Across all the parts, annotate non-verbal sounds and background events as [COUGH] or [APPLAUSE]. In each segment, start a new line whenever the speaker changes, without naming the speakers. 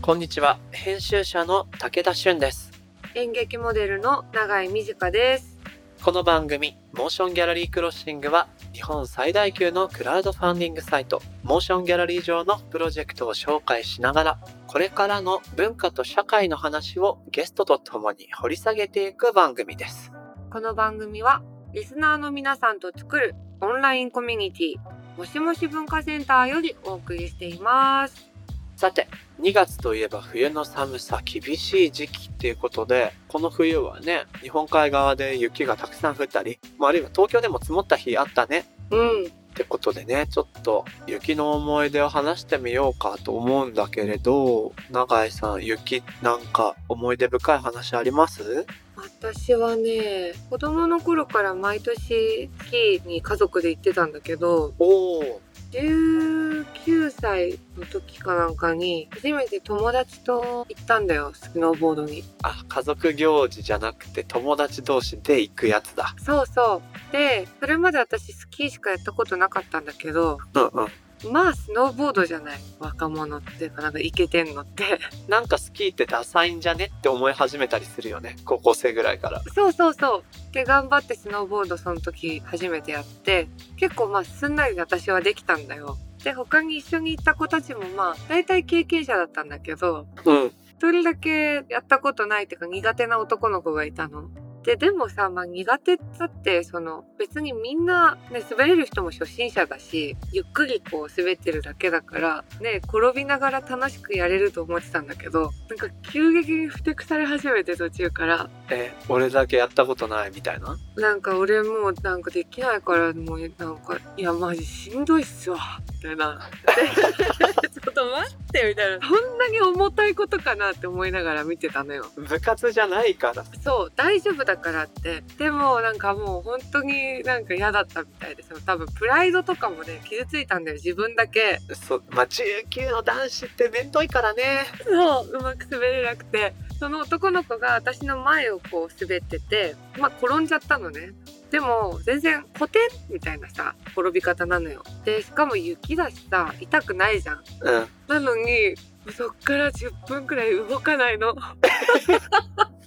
こんにちは編集者の武田俊です
演劇モデルの永井美佳です
この番組モーションギャラリークロッシングは日本最大級のクラウドファンディングサイトモーションギャラリー上のプロジェクトを紹介しながらこれからの文化と社会の話をゲストとともに掘り下げていく番組です
この番組はリスナーの皆さんと作るオンラインコミュニティもしもし文化センターよりお送りしています
さて2月といえば冬の寒さ厳しい時期っていうことでこの冬はね日本海側で雪がたくさん降ったり、まあ、あるいは東京でも積もった日あったね
うん
ってことでねちょっと雪の思い出を話してみようかと思うんだけれど永井さん雪なんか思い出深い話あります
私はね子供の頃から毎年スキーに家族で行ってたんだけど
おお
19歳の時かなんかに初めて友達と行ったんだよスノーボードに
あ家族行事じゃなくて友達同士で行くやつだ
そうそうでそれまで私スキーしかやったことなかったんだけど
うんうん
まあスノーボードじゃない若者っていうかなんかイケてんのって
なんかスキーってダサいんじゃねって思い始めたりするよね高校生ぐらいから
そうそうそうで頑張ってスノーボードその時初めてやって結構まあすんなり私はできたんだよで他に一緒に行った子たちもまあ大体経験者だったんだけど
うん
一人だけやったことないっていうか苦手な男の子がいたの。ででもさ、まあ、苦手だってその別にみんな、ね、滑れる人も初心者だしゆっくりこう滑ってるだけだから、ね、転びながら楽しくやれると思ってたんだけどなんか急激にふてくされ始めて途中から
え俺だけやったことないみたいな
なんか俺もうなんかできないからもうなんかいやマジしんどいっすわみたいなで [LAUGHS] ちょっと待ってみた [LAUGHS] いなそんなに重たいことかなって思いながら見てたのよ。
部活じゃないから
そう大丈夫だからってでもなんかもう本当になんか嫌だったみたいですよ多分プライドとかもね傷ついたんだよ自分だけ
そうまあ19の男子って面倒いからね
そううまく滑れなくてその男の子が私の前をこう滑っててまあ転んじゃったのねでも全然コテンみたいなさ転び方なのよでしかも雪だしさ痛くないじゃん
うん
なのにそっから10分くらい動かない [LAUGHS] の。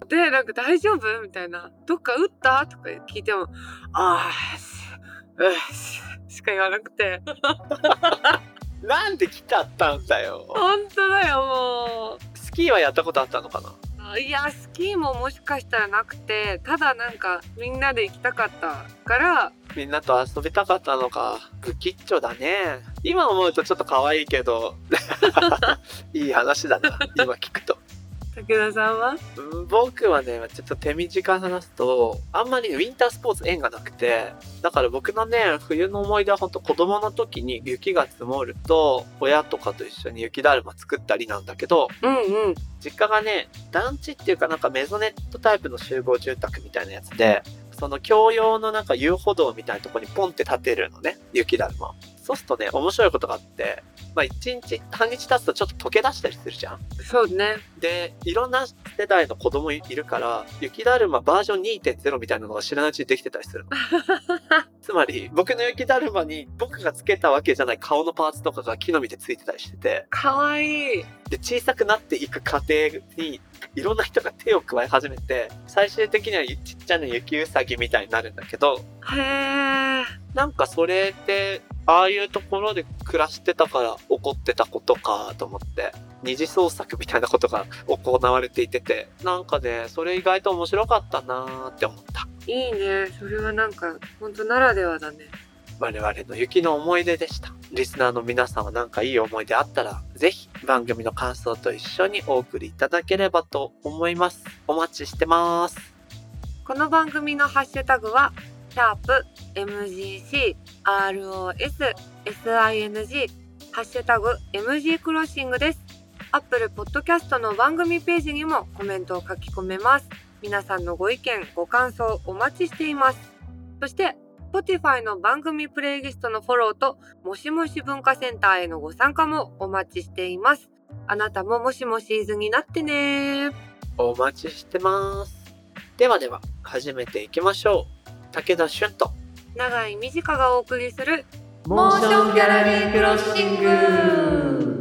でなんか「大丈夫?」みたいな「どっか打った?」とか聞いても「あーしうし」しか言わなくて
なんで来たったんだよ
本当だよもう
スキーはやったことあったのかな
あ。いやスキーももしかしたらなくてただなんかみんなで行きたかったから
みんなと遊びたかったのか不吉祥だね今思うとちょっと可愛いけど [LAUGHS] いい話だな今聞くと
武田さんは
うん僕はねちょっと手短に話すとあんまりウィンタースポーツ縁がなくてだから僕のね冬の思い出は本当子供の時に雪が積もると親とかと一緒に雪だるま作ったりなんだけど
うんうん
実家がね団地っていうかなんかメゾネットタイプの集合住宅みたいなやつでその共用のなんか遊歩道みたいなとこにポンって立てるのね雪だるまをそうするとね面白いことがあってまあ1日半日経つとちょっと溶け出したりするじゃん
そうね
でいろんな世代の子供いるから雪だるまバージョン2.0みたいなのが知らないうちにできてたりするのつまり僕の雪だるまに僕がつけたわけじゃない顔のパーツとかが木の実でついてたりしてて
かわいい
で小さくなっていく過程にいろんな人が手を加え始めて最終的にはちっちゃな雪うさぎみたいになるんだけど
へえ
なんかそれってああいうところで暮らしてたから起こってたことかと思って二次創作みたいなことが行われていててなんかねそれ意外と面白かったなーって思った
いいねそれはなんか本当ならではだね
我々の雪の思い出でしたリスナーの皆さんはなんかいい思い出あったらぜひ番組の感想と一緒にお送りいただければと思いますお待ちしてます
この番組のハッシュタグは、シャープ MGC、ROS、SING、ハッシュタグ MG クロッシングです。アップルポッドキャストの番組ページにもコメントを書き込めます。皆さんのご意見、ご感想お待ちしています。そして、Spotify の番組プレイリストのフォローと、もしもし文化センターへのご参加もお待ちしています。あなたももしもしーずになってねー。
お待ちしてますではでは始めていきましょう武田俊と
長井美智香がお送りする
モ
ーションギャラリークロッシング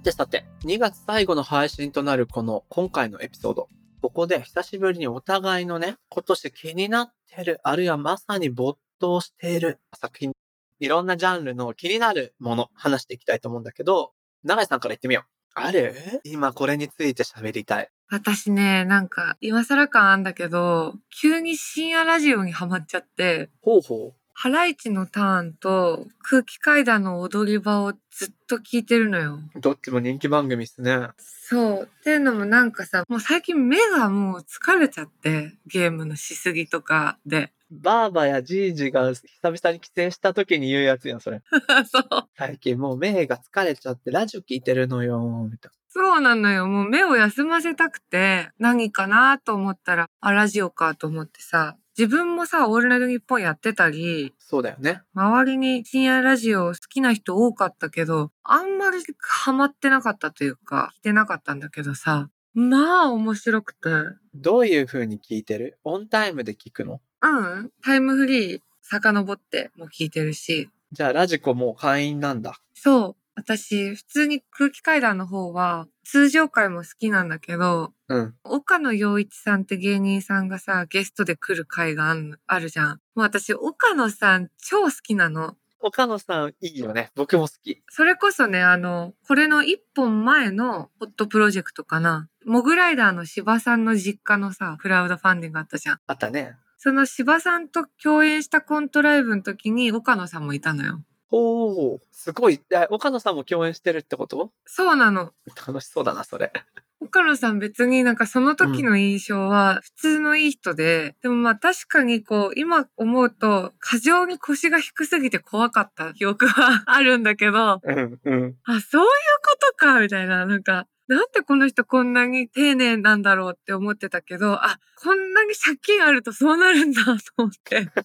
てさて、2月最後の配信となるこの今回のエピソード。ここで久しぶりにお互いのね、今年気になってる、あるいはまさに没頭している作品、いろんなジャンルの気になるもの、話していきたいと思うんだけど、長井さんから言ってみよう。ある今これについて喋りたい。
私ね、なんか、今更感あんだけど、急に深夜ラジオにハマっちゃって、
ほうほ
ハライチのターンと空気階段の踊り場をずっと聞いてるのよ。
う。どっちも人気番組っすね。
そう。っていうのもなんかさ、もう最近目がもう疲れちゃって、ゲームのしすぎとかで。 [LAUGHS]
バーバやジージが久々に帰省した時に言うやつやん、それ。
そう。
最近もう目が疲れちゃってラジオ聞いてるのよ、みたい
そうなのよ。もう目を休ませたくて、何かなと思ったら、あ、ラジオかと思ってさ、自分もさ、オールナイトニッポンやってたり、
な。そうだよね。
周りに深夜ラジオ好きな人多かったけど、あんまりハマってなかったというか、聞いてなかったんだけどさ、まあ面白くて。
どういう風に聞いてるオンタイムで聞くの
うん、タイムフリー遡っても聞いてるし、
じゃあラジコもう会員なんだ。
そう、私普通に空気階段の方は通常回も好きなんだけど、
うん。
岡野陽一さんって芸人さんがさ、ゲストで来る回があんあるじゃん。もう私、岡野さん超好きなの。
岡野さんいいよね。僕も好き。
それこそね、あの、これの一本前のホットプロジェクトかな。モグライダーの芝さんの実家のさ、クラウドファンディングあったじゃん。
あったね。
その芝さんと共演したコントライブの時に岡野さんもいたのよ。
おー、すごい。え岡野さんも共演してるってこと
そうなの。
楽しそうだな、それ。
岡野さん別になんかその時の印象は普通のいい人で、でもまあ確かにこう今思うと過剰に腰が低すぎて怖かった記憶はあるんだけど、
うん、うん。
あ、そういうことか、みたいな、なんか、なんでこの人こんなに丁寧なんだろうって思ってたけど、あ、こんなに借金あるとそうなるんだと思って。
[LAUGHS]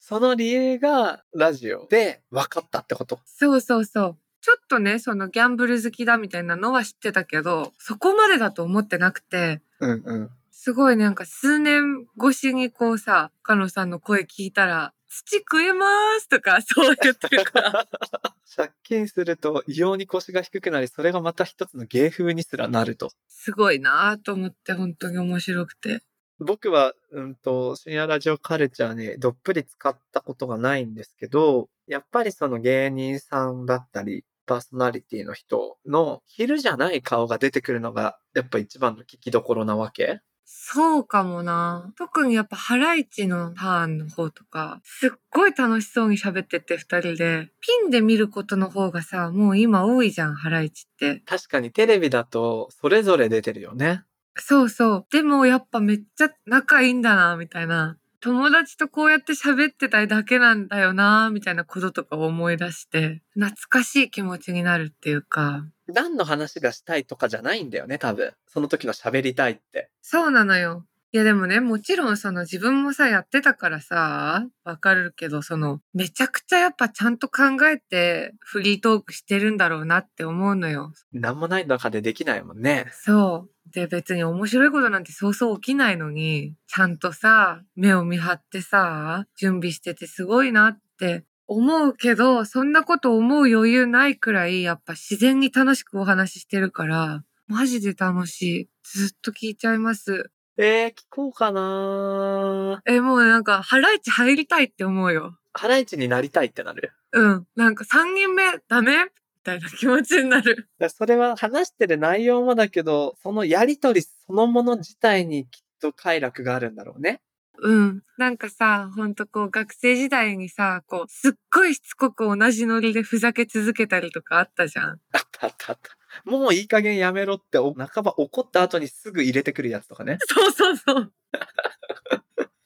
その理由がラジオで分かったってこと。
そうそうそう。ちょっとね、そのギャンブル好きだみたいなのは知ってたけど、そこまでだと思ってなくて、
うん、うん。
すごいなんか数年越しにこうさ、カノさんの声聞いたら、土食えますとかそう言ってる
[LAUGHS]
から。
[LAUGHS] 借金すると異様に腰が低くなり、それがまた一つの芸風にすらなると。
すごいなぁと思って本当に面白くて。
僕は、うんと、深夜ラジオカルチャーにどっぷり使ったことがないんですけど、やっぱりその芸人さんだったり、パーソナリティの人の昼じゃない顔が出てくるのが、やっぱ一番の聞きどころなわけ
そうかもな。特にやっぱハライチのターンの方とか、すっごい楽しそうに喋ってて二人で、ピンで見ることの方がさ、もう今多いじゃん、ハライチって。
確かにテレビだとそれぞれ出てるよね。
そうそう。でもやっぱめっちゃ仲いいんだな、みたいな。友達とこうやって喋ってただけなんだよな、みたいなこととかを思い出して、懐かしい気持ちになるっていうか、
何の話がしたいとかじゃないんだよね、多分。その時の喋りたいって。
そうなのよ。いやでもね、もちろんその自分もさ、やってたからさ、わかるけど、その、めちゃくちゃやっぱちゃんと考えてフリートークしてるんだろうなって思うのよ。
何もない中でできないもんね。
そう。で、別に面白いことなんてそうそう起きないのに、ちゃんとさ、目を見張ってさ、準備しててすごいなって思うけど、そんなこと思う余裕ないくらい、やっぱ自然に楽しくお話ししてるから、マジで楽しい。ずっと聞いちゃいます。
えー、聞こうかな
え、もうなんか、ハライチ入りたいって思うよ。
ハライチになりたいってなる。
うん。なんか3人目ダメみたいな気持ちになる。
だからそれは話してる内容もだけど、そのやりとりそのもの自体にきっと快楽があるんだろうね。
うん。なんかさ、ほんとこう学生時代にさ、こう、すっごいしつこく同じノリでふざけ続けたりとかあったじゃん。
あったあったあった。もういい加減やめろって、お半ば怒った後にすぐ入れてくるやつとかね。
そうそうそう。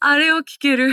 あれを聞ける。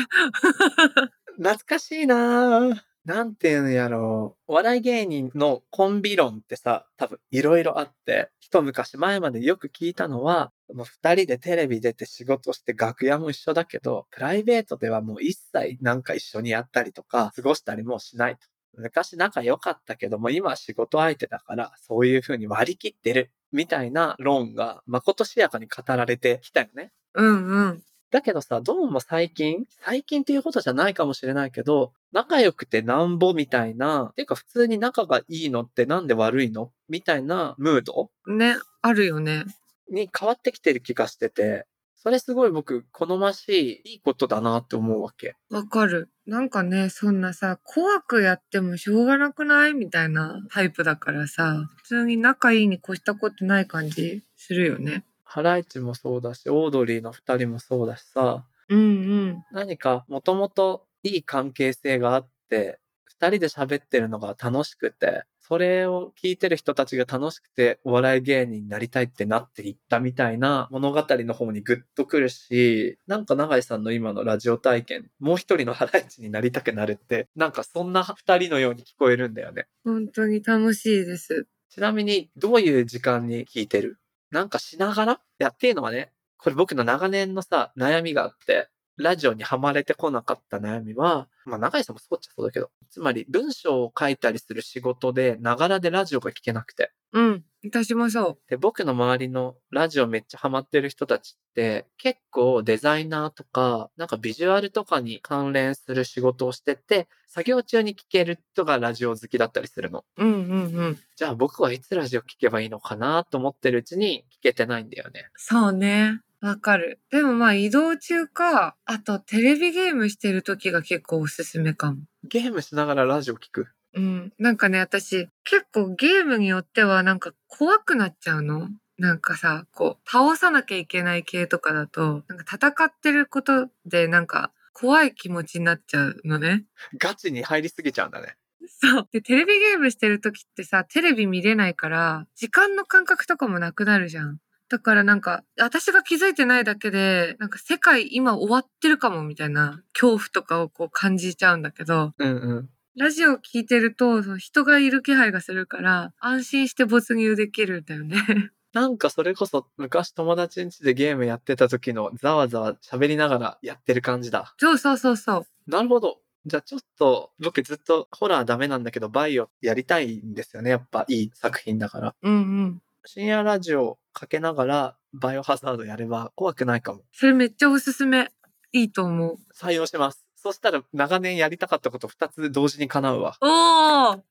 懐かしいなぁ。なんていうんやろう。お笑い芸人のコンビ論ってさ、多分いろいろあって、一昔前までよく聞いたのは、もう二人でテレビ出て仕事して楽屋も一緒だけど、プライベートではもう一切なんか一緒にやったりとか、過ごしたりもしないと。昔仲良かったけども、今は仕事相手だから、そういう風に割り切ってる、みたいな論が、まことしやかに語られてきたよね。
うんうん。
だけどさ、どうも最近、最近っていうことじゃないかもしれないけど、仲良くてなんぼみたいな、ていうか普通に仲がいいのってなんで悪いのみたいなムード
ね、あるよね。
に変わってきてる気がしてて、それすごい僕、好ましい、いいことだなって思うわけ。
わかる。なんかね、そんなさ、怖くやってもしょうがなくないみたいなタイプだからさ、普通に仲いいに越したことない感じするよね。
ハライチもそうだし、オードリーの二人もそうだしさ、
うん
何かもともといい関係性があって、二人で喋ってるのが楽しくて、それを聞いてる人たちが楽しくてお笑い芸人になりたいってなっていったみたいな物語の方にグッとくるし、なんか永井さんの今のラジオ体験、もう一人のハライチになりたくなるって、なんかそんな二人のように聞こえるんだよね。
うん。本当に楽しいです。
ちなみにどういう時間に聞いてるなんかしながらやっていうのはね、これ僕の長年のさ、悩みがあって、ラジオにはまれてこなかった悩みは、まあ長井さんもそうっちゃそうだけど、つまり文章を書いたりする仕事で、ながらでラジオが聞けなくて。
うん。私もそ
で、僕の周りのラジオめっちゃハマってる人たちって、結構デザイナーとか、なんかビジュアルとかに関連する仕事をしてて、作業中に聞ける人がラジオ好きだったりするの。
う。うんうんうん。
じゃあ僕はいつラジオ聞けばいいのかなと思ってるうちに聞けてないんだよね。
そうね。わかる。でもまあ移動中か、あとテレビゲームしてる時が結構おすすめかも。
ゲームしながらラジオ聞く。
うん。なんかね、私、結構ゲームによってはなんか怖くなっちゃうの。なんかさ、こう、倒さなきゃいけない系とかだと、なんか戦ってることでなんか怖い気持ちになっちゃうのね。
ガチに入りすぎちゃうんだね。
そう。で、テレビゲームしてる時ってさ、テレビ見れないから、時間の感覚とかもなくなるじゃん。だからなんか、私が気づいてないだけで、なんか世界今終わってるかもみたいな恐怖とかをこう感じちゃうんだけど、
うんうん。
ラジオを聞いてると、その人がいる気配がするから、安心して没入できるんだよね。 [LAUGHS]
なんかそれこそ昔友達ん家でゲームやってた時のざわざわ喋りながらやってる感じだ。
そうそうそうそう。
なるほど。じゃあちょっと僕ずっとホラーダメなんだけどバイオやりたいんですよね。やっぱいい作品だから。
うんうん。
深夜ラジオかけながらバイオハザードやれば怖くないかも。
それめっちゃおすすめ。いいと思う。
採用します。そしたら長年やりたかったこと2つ同時に叶うわ。
おー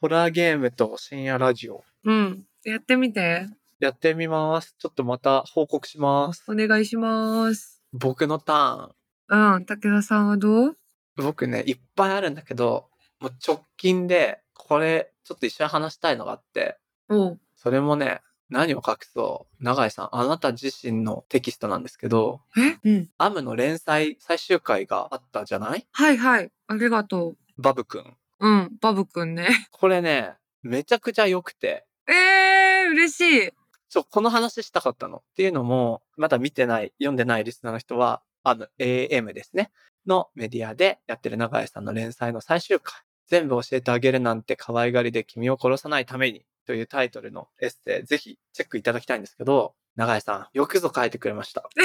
ホラーゲームと深夜ラジオ。
うん。やってみて。
やってみます。ちょっとまた報告します。
お願いします。
僕のターン。
うん。武田さんはどう
僕ね、いっぱいあるんだけど、もう直近で、これ、ちょっと一緒に話したいのがあって、
おう。
それもね、何を隠そう。永井さん、あなた自身のテキストなんですけど、
えうん。
アムの連載最終回があったじゃない
はいはい。ありがと
バブくん。
う。うん。バブくんね。
これね、めちゃくちゃ良くて、
[LAUGHS] えー、嬉しい。
そう、この話したかったの。っていうのも、まだ見てない、読んでないリスナーの人は、あの、AM ですね。のメディアでやってる永井さんの連載の最終回。全部教えてあげるなんて可愛がりで君を殺さないためにというタイトルのエッセイ、ぜひチェックいただきたいんですけど、永井さん、よくぞ書いてくれました。
[LAUGHS]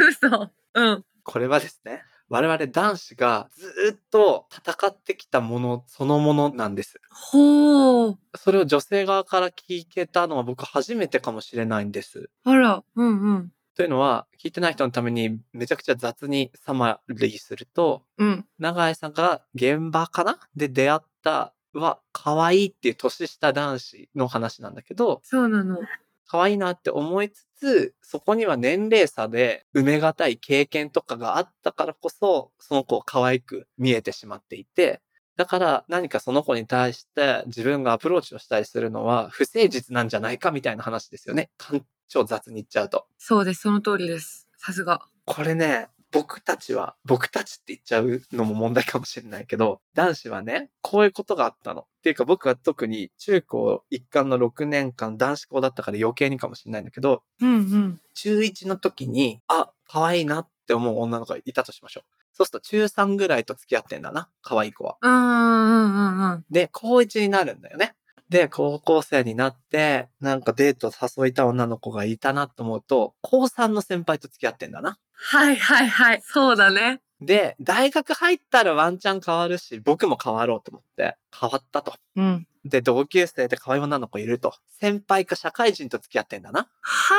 嘘。うん。
これはですね、我々男子がずーっと戦ってきたものそのものなんです。
ほー。
それを女性側から聞けたのは僕初めてかもしれないんです。
あら。うんうん。
というのは、聞いてない人のためにめちゃくちゃ雑にサマリーすると、
うん。
永井さんが現場かなで出会った、は、可愛いっていう年下男子の話なんだけど、
そうなの。
可愛いなって思いつつ、そこには年齢差で埋めがたい経験とかがあったからこそ、その子を可愛く見えてしまっていて、だから何かその子に対して自分がアプローチをしたりするのは不誠実なんじゃないかみたいな話ですよね。単調雑に言っちゃうと。
そうです。その通りです。さすが。
これね、僕たちは、僕たちって言っちゃうのも問題かもしれないけど、男子はね、こういうことがあったの。っていうか僕は特に中高一貫の6年間男子校だったから余計にかもしれないんだけど、
うんうん。
中1の時に、あ、可愛いなって思う女の子がいたとしましょう。そうすると中3ぐらいと付き合ってんだな、可愛い子は。
うんうんうんうん。
で、高1になるんだよね。で、高校生になって、なんかデート誘いた女の子がいたなと思うと、高3の先輩と付き合ってんだな。
はいはいはい。そうだね。
で、大学入ったらワンチャン変わるし、僕も変わろうと思って、変わったと。
うん。
で、同級生で可愛い女の子いると。先輩か社会人と付き合ってんだな。
は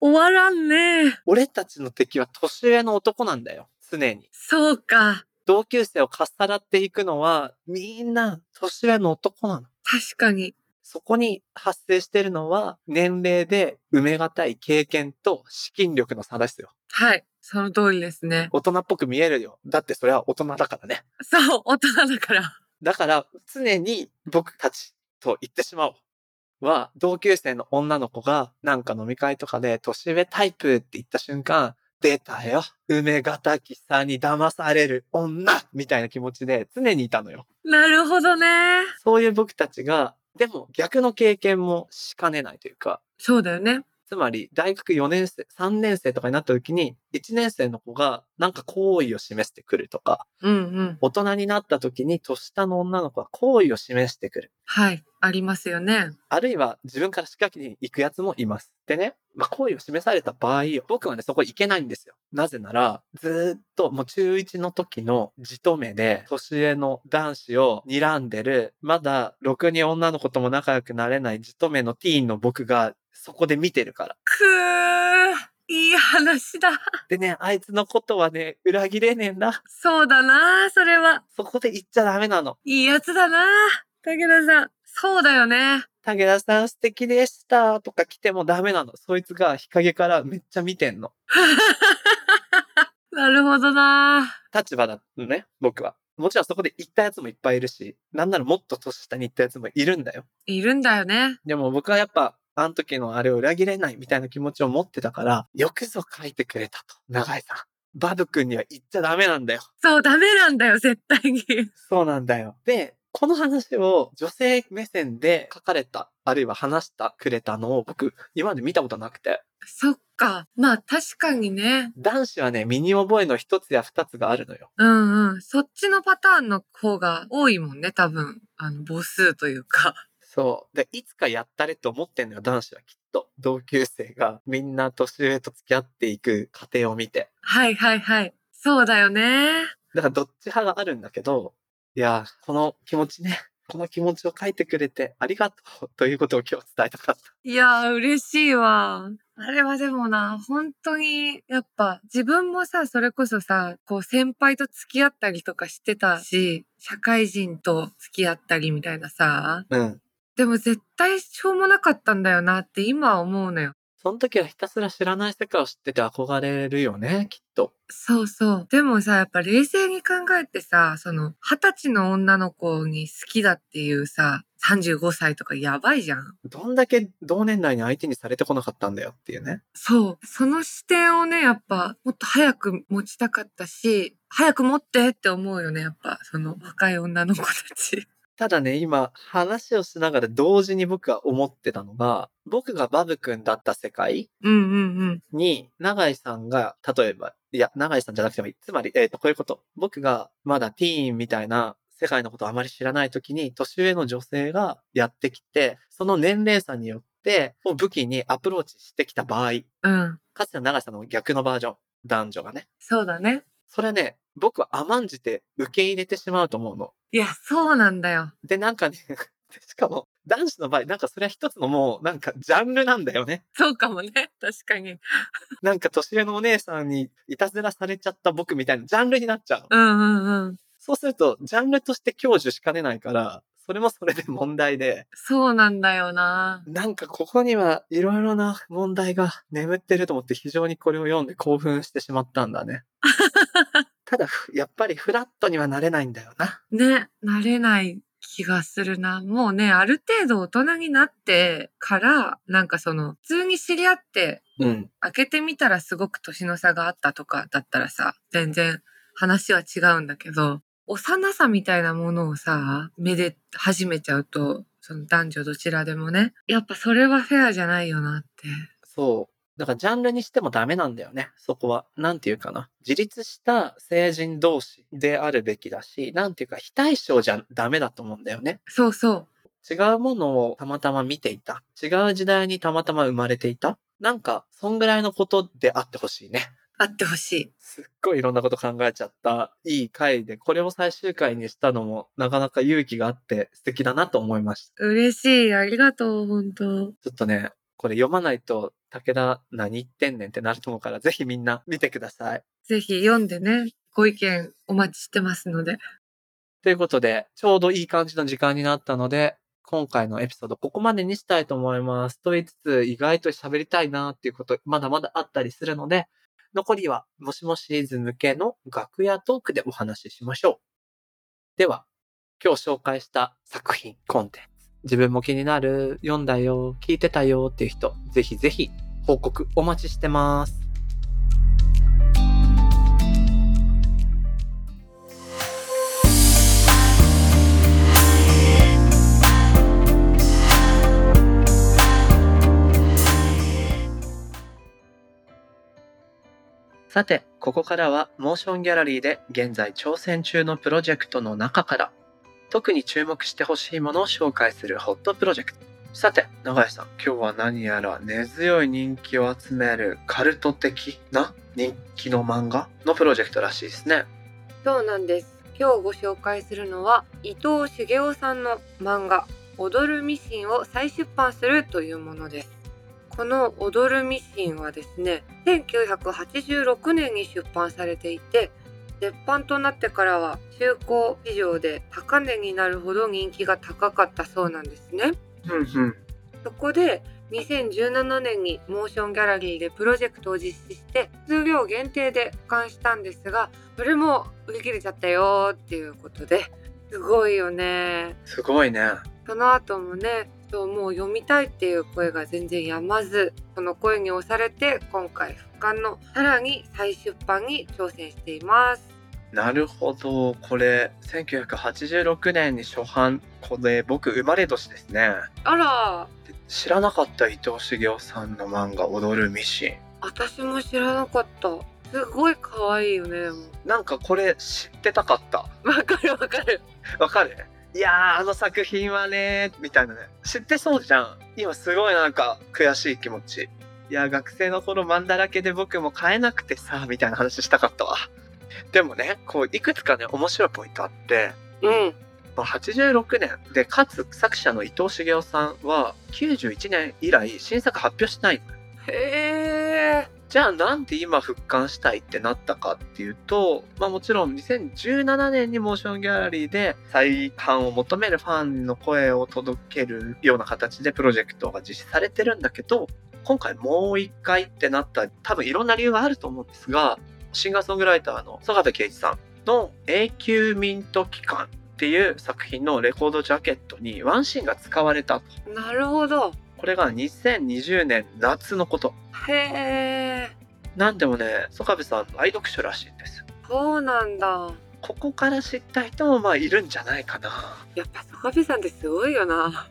終わらんね。
俺たちの敵は年上の男なんだよ。常に。
そうか。
同級生をかっさらっていくのは、みんな年上の男なの。
確かに。
そこに発生してるのは、年齢で埋めがたい経験と資金力の差ですよ。
はい。その通りですね。
大人っぽく見えるよ。だってそれは大人だからね。
そう、大人だから。
だから、常に僕たちと言ってしまおう。は、同級生の女の子が、なんか飲み会とかで、年上タイプって言った瞬間、出たよ。梅がたきさんに騙される女みたいな気持ちで常にいたのよ。
なるほどね。
そういう僕たちが、でも逆の経験もしかねないというか、
そうだよね。
つまり大学4年生、3年生とかになった時に、1年生の子がなんか好意を示してくるとか、
うんうん。
大人になった時に年下の女の子は好意を示してくる。
はい。ありますよね。
あるいは自分から仕掛けに行くやつもいます。でね、まあ、好意を示された場合、僕はね、そこ行けないんですよ。なぜなら、ずーっともう中1の時のじとめで、年上の男子を睨んでる、まだ、ろくに女の子とも仲良くなれないじとめのティーンの僕が、そこで見てるから。
くー。いい話だ。
でね、あいつのことはね、裏切れねえんだ。
そうだな。それは。
そこで言っちゃダメなの。
いいやつだな。武田さん。そうだよね。
武田さん素敵でしたとか来てもダメなの。そいつが日陰からめっちゃ見てんの。
なるほどな。
立場だのね、僕は。もちろんそこで行ったやつもいっぱいいるし、なんならもっと年下に行ったやつもいるんだよ。
いるんだよね。
でも僕はやっぱ、あの時のあれを裏切れないみたいな気持ちを持ってたから、よくぞ書いてくれたと。長井さん。バド君には言っちゃダメなんだよ。
そう、ダメなんだよ、絶対に。 [LAUGHS]
そうなんだよ。で、この話を女性目線で書かれた、あるいは話したくれたのを僕、今まで見たことなくて。
そっか。まあ、確かにね。
男子はね、身に覚えの一つや二つがあるのよ。
うんうん。そっちのパターンの方が多いもんね、多分。あの、母数というか。
そう。で、いつかやったれって思ってんのよ、男子はきっと。同級生がみんな年上と付き合っていく過程を見て。
はいはいはい。そうだよね。
だからどっち派があるんだけど、いやー、この気持ちね、 [LAUGHS] この気持ちを書いてくれてありがとうということを今日伝えたかった。
いやー、嬉しいわ。あれはでもな、本当に、やっぱ、自分もさ、それこそさ、こう、先輩と付き合ったりとかしてたし、社会人と付き合ったりみたいなさ、
[LAUGHS] うん。
でも絶対しょうもなかったんだよなって今は思うのよ。
その時はひたすら知らない世界を知ってて憧れるよね、きっと。
そうそう。でもさ、やっぱ冷静に考えてさ、その、二十歳の女の子に好きだっていうさ、35歳とかやばいじゃん。
どんだけ同年代に相手にされてこなかったんだよっていうね。
そう。その視点をね、やっぱ、もっと早く持ちたかったし、早く持ってって思うよね、やっぱ、その若い女の子たち。
ただね、今、話をしながら同時に僕は思ってたのが、僕がバブ君だった世界
[LAUGHS] うんうんうん。
に、永井さんが、例えば、いや、永井さんじゃなくてもいい。つまり、えっ、と、こういうこと。僕が、まだティーンみたいな、世界のことをあまり知らない時に、年上の女性がやってきて、その年齢差によって、を武器にアプローチしてきた場合、
うん。
かつての永井さんの逆のバージョン、男女がね。
そうだね。
それはね、僕は甘んじて受け入れてしまうと思うの。
いや、そうなんだよ。
で、なんかね、 [LAUGHS] しかも、男子の場合、なんかそれは一つのもう、なんかジャンルなんだよね。
そうかもね。確かに。
なんか年上のお姉さんにいたずらされちゃった僕みたいなジャンルになっちゃ [LAUGHS] うの。
うんうんうん。
そうすると、ジャンルとして享受しかねないから、それもそれで問題で、
そうなんだよな。
なんかここにはいろいろな問題が眠ってると思って非常にこれを読んで興奮してしまったんだ [LAUGHS] ね。ただ、ふやっぱりフラットにはなれないんだよな。
ね、慣れない気がするな。もうね、ある程度大人になってから、なんかその、普通に知り合って、
うん。
開けてみたらすごく年の差があったとかだったらさ、全然話は違うんだけど、幼さみたいなものをさ、めで始めちゃうと、その男女どちらでもね、やっぱそれはフェアじゃないよなって。
そう。だからジャンルにしてもダメなんだよね。そこは。なんていうかな。自立した成人同士であるべきだし、なんていうか非対称じゃダメだと思うんだよね。
そうそ
違
う。
うものをたまたま見ていた。違う時代にたまたま生まれていた。なんか、そんぐらいのことであってほしいね。
あってほしい。
すっごいいろんなこと考えちゃった。いい回で、これを最終回にしたのも、なかなか勇気があって素敵だなと思いました。
嬉しい。ありがとう、本当
ちょっとね、これ読まないと武田何言ってんねんってなると思うから、ぜひみんな見てください。
ぜひ読んでね、ご意見お待ちしてますので。
ということで、ちょうどいい感じの時間になったので、今回のエピソードここまでにしたいと思います。と言いつつ、意外と喋りたいなっていうこと、まだまだあったりするので、残りは、もしもシリーズ向けの楽屋トークでお話ししましょう。では、今日紹介した作品、コンテンツ、自分も気になる、読んだよ、聞いてたよっていう人、ぜひぜひ報告お待ちしてます。さて、ここからはモーションギャラリーで現在挑戦中のプロジェクトの中から特に注目してほしいものを紹介するホットプロジェクト。さて、永井さん、今日は何やら根強い人気を集めるカルト的な人気の漫画のプロジェクトらしいですね。
そうなんです。今日ご紹介するのは伊藤茂雄さんの漫画「踊るミシン」を再出版するというものです。この「踊るミシン」はですね1986年に出版されていて絶版となってからは中古市場で高値になるほど人気が高かったそうなんですね。
うんうん。
そこで2017年にモーションギャラリーでプロジェクトを実施して数量限定で保管したんですがそれも売り切れちゃったよーっていうことですごいよね
すごいね。
その後もねそうもう読みたいっていう声が全然やまずその声に押されて今回復刊のさらに再出版に挑戦しています
なるほど。これ、1986年に初版。これ、僕、生まれ年ですね。
あら
知らなかった伊藤茂雄さんの漫画、踊るミシン。
私も知らなかったすごい可愛いよねでも
なんかこれ知ってたかった。
わかるわかる
わかるいやー、あの作品はね、みたいなね。知ってそうじゃん。今すごいなんか悔しい気持ち。いやー、学生の頃漫だらけで僕も買えなくてさ、みたいな話したかったわ。でもね、こう、いくつかね、面白いポイントあって、
うん
まあ86年で、かつ作者の伊藤茂雄さんは、91年以来新作発表してないの
へえ
じゃあなんで今復刊したいってなったかっていうと、まあもちろん2017年にモーションギャラリーで再版を求めるファンの声を届けるような形でプロジェクトが実施されてるんだけど、今回もう一回ってなった多分いろんな理由があると思うんですが、シンガーソングライターの曽我部圭一さんの永久ミント期間っていう作品のレコードジャケットにワンシーンが使われたと。
なるほど
これが2020年夏のこと。
へえ
なんでもね、曽我部さんの愛読書らしいんですよ。
そうなんだ
ここから知った人もまあいるんじゃないかな。 [LAUGHS]
やっぱソカビさんってすごいよな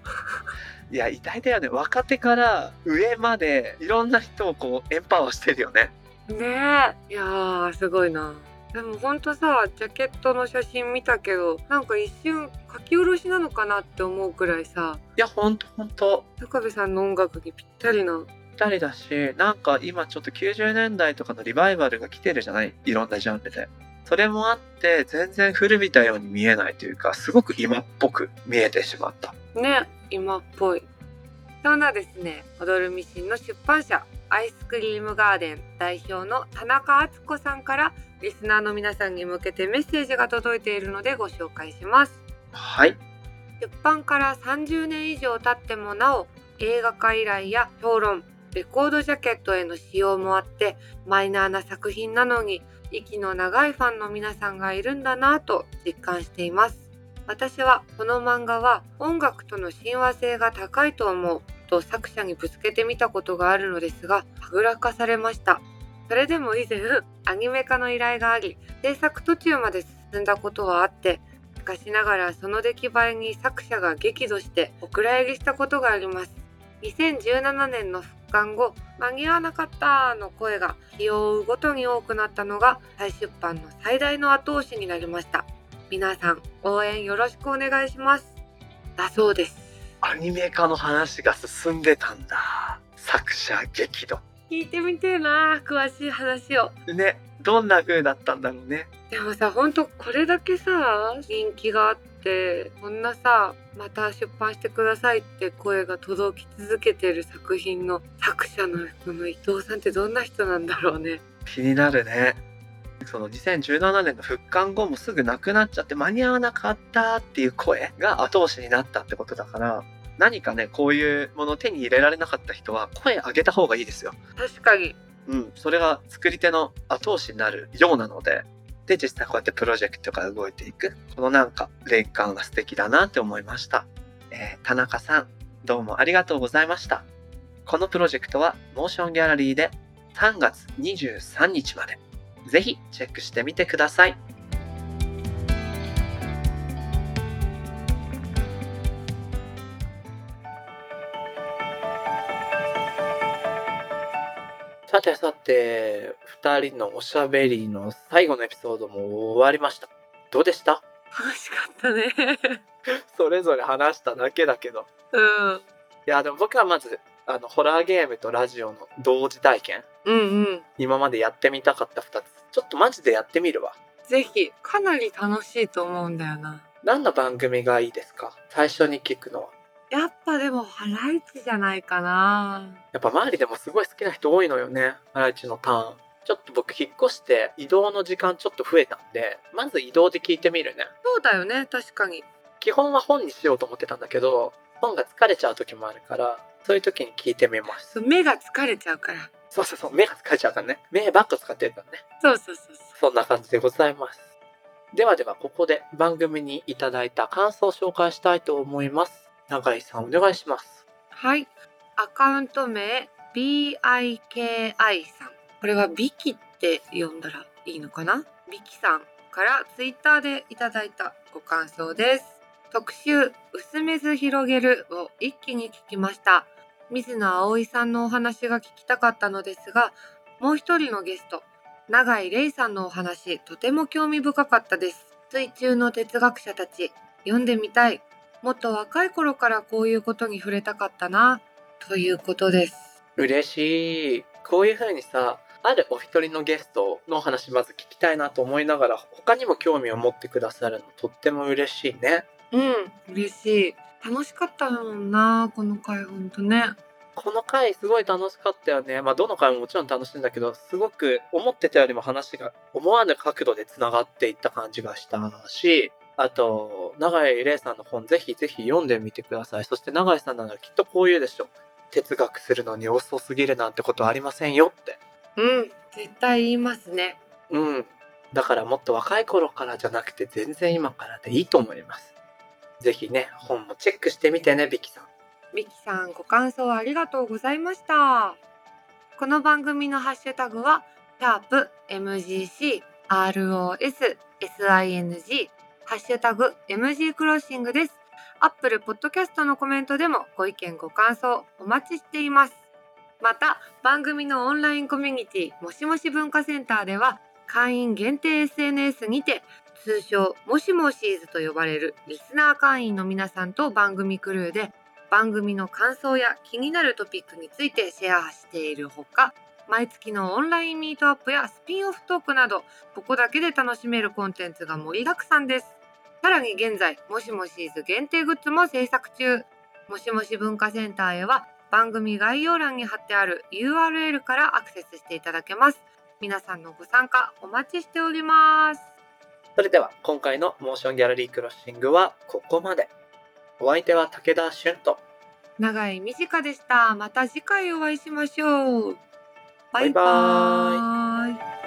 い
や、偉大だよね。若手から上までいろんな人をこうエンパワーしてるよね。
ねえいやーすごいなでもほんとさジャケットの写真見たけどなんか一瞬書き下ろしなのかなって思うくらいさ
いや、ほんとほんと。
ソカビさんの音楽にぴったりな
二人だし、なんか今ちょっと90年代とかのリバイバルが来てるじゃないいろんなジャンルで。それもあって、全然古びたように見えないというか、すごく今っぽく見えてしまった。
ね今っぽいそんなですね踊るミシンの出版社アイスクリームガーデン代表の田中敦子さんからリスナーの皆さんに向けてメッセージが届いているのでご紹介します
はい。
出版から30年以上経ってもなお映画化依頼や評論レコードジャケットへの使用もあってマイナーな作品なのに息の長いファンの皆さんがいるんだなぁと実感しています私はこの漫画は音楽との親和性が高いと思うと作者にぶつけてみたことがあるのですがはぐらかされましたそれでも以前アニメ化の依頼があり制作途中まで進んだことはあってしかしながらその出来栄えに作者が激怒してお蔵入りしたことがあります2017年の復刊後間に合わなかったの声が日を追うごとに多くなったのが再出版の最大の後押しになりました皆さん応援よろしくお願いしますだそうです
アニメ化の話が進んでたんだ。作者激怒。
聞いてみてえな詳しい話を
ねどんな風だったんだろうね。
でもさほんとこれだけさ人気があってこんなさまた出版してくださいって声が届き続けてる作品の作者のこの伊藤さんってどんな人なんだろうね。
気になるね。その2017年の復刊後もすぐなくなっちゃって間に合わなかったっていう声が後押しになったってことだから何かねこういうものを手に入れられなかった人は声上げた方がいいですよ。
確かに
うん、それが作り手の後押しになるようなのでで実際こうやってプロジェクトが動いていくこのなんか連環が素敵だなって思いました、えー田中さんどうもありがとうございましたこのプロジェクトはモーションギャラリーで3月23日までぜひチェックしてみてくださいさてさて、二人のおしゃべりの最後のエピソードも終わりました。どうでした
楽しかったね。 [LAUGHS]
それぞれ話しただけだけど。
うん
いや、でも僕はまず、あの、ホラーゲームとラジオの同時体験。
うんうん
今までやってみたかった二つ。ちょっとマジでやってみるわ。
ぜひかなり楽しいと思うんだよな。
何の番組がいいですか最初に聞くのは。
やっぱでもハライチじゃないかな。
やっぱ周りでもすごい好きな人多いのよね。ハライチのターン。ちょっと僕引っ越して移動の時間ちょっと増えたんで、まず移動で聞いてみるね。
そうだよね確かに。
基本は本にしようと思ってたんだけど本が疲れちゃう時もあるからそういう時に聞いてみます
そう目が疲れちゃうから。
そうそうそう目が疲れちゃうからね目ばっか使ってるからね
そうそうそうそう。
そんな感じでございますではではここで番組にいただいた感想を紹介したいと思います永井さんお願いします
はい。アカウント名 BIKI さん。これはビキって呼んだらいいのかなビキさんからツイッターでいただいたご感想です。特集「薄めず広げる」を一気に聞きました。水野葵さんのお話が聞きたかったのですが、もう一人のゲスト、永井玲さんのお話、とても興味深かったです。水中の哲学者たち、読んでみたい。もっと若い頃からこういうことに触れたかったな、ということです。
嬉しいこういう風にさあるお一人のゲストのお話まず聞きたいなと思いながら他にも興味を持ってくださるのとっても嬉しいね
うん、嬉しい。楽しかったもんな、この回ほんとね。
この回すごい楽しかったよね。まあ、どの回ももちろん楽しいんだけど、すごく思ってたよりも話が思わぬ角度で繋がっていった感じがしたし、あと、永井玲さんの本ぜひぜひ読んでみてください。そして永井さんならきっとこういうでしょう。哲学するのに遅すぎるなんてことありませんよって。
うん、絶対言いますね。
うん。だからもっと若い頃からじゃなくて全然今からでいいと思います。ぜひね、本もチェックしてみてね、ビキさん。
ミキさんご感想ありがとうございました。この番組のハッシュタグは、シャープ MGC、ROS、SING、ハッシュタグ MG クロッシングです。アップルポッドキャストのコメントでもご意見ご感想お待ちしています。また、番組のオンラインコミュニティ、もしもし文化センターでは、会員限定 SNS にて、通称、もしもしーずと呼ばれるリスナー会員の皆さんと番組クルーで、番組の感想や気になるトピックについてシェアしているほか毎月のオンラインミートアップやスピンオフトークなどここだけで楽しめるコンテンツが盛りだくさんですさらに現在もしもしーず限定グッズも制作中もしもし文化センターへは番組概要欄に貼ってある URL からアクセスしていただけます皆さんのご参加お待ちしております
それでは今回のモーションギャラリークロッシングはここまで。お相手は武田俊と。
長い短でしたまた次回お会いしましょうバイバ
バイ
バイバーイ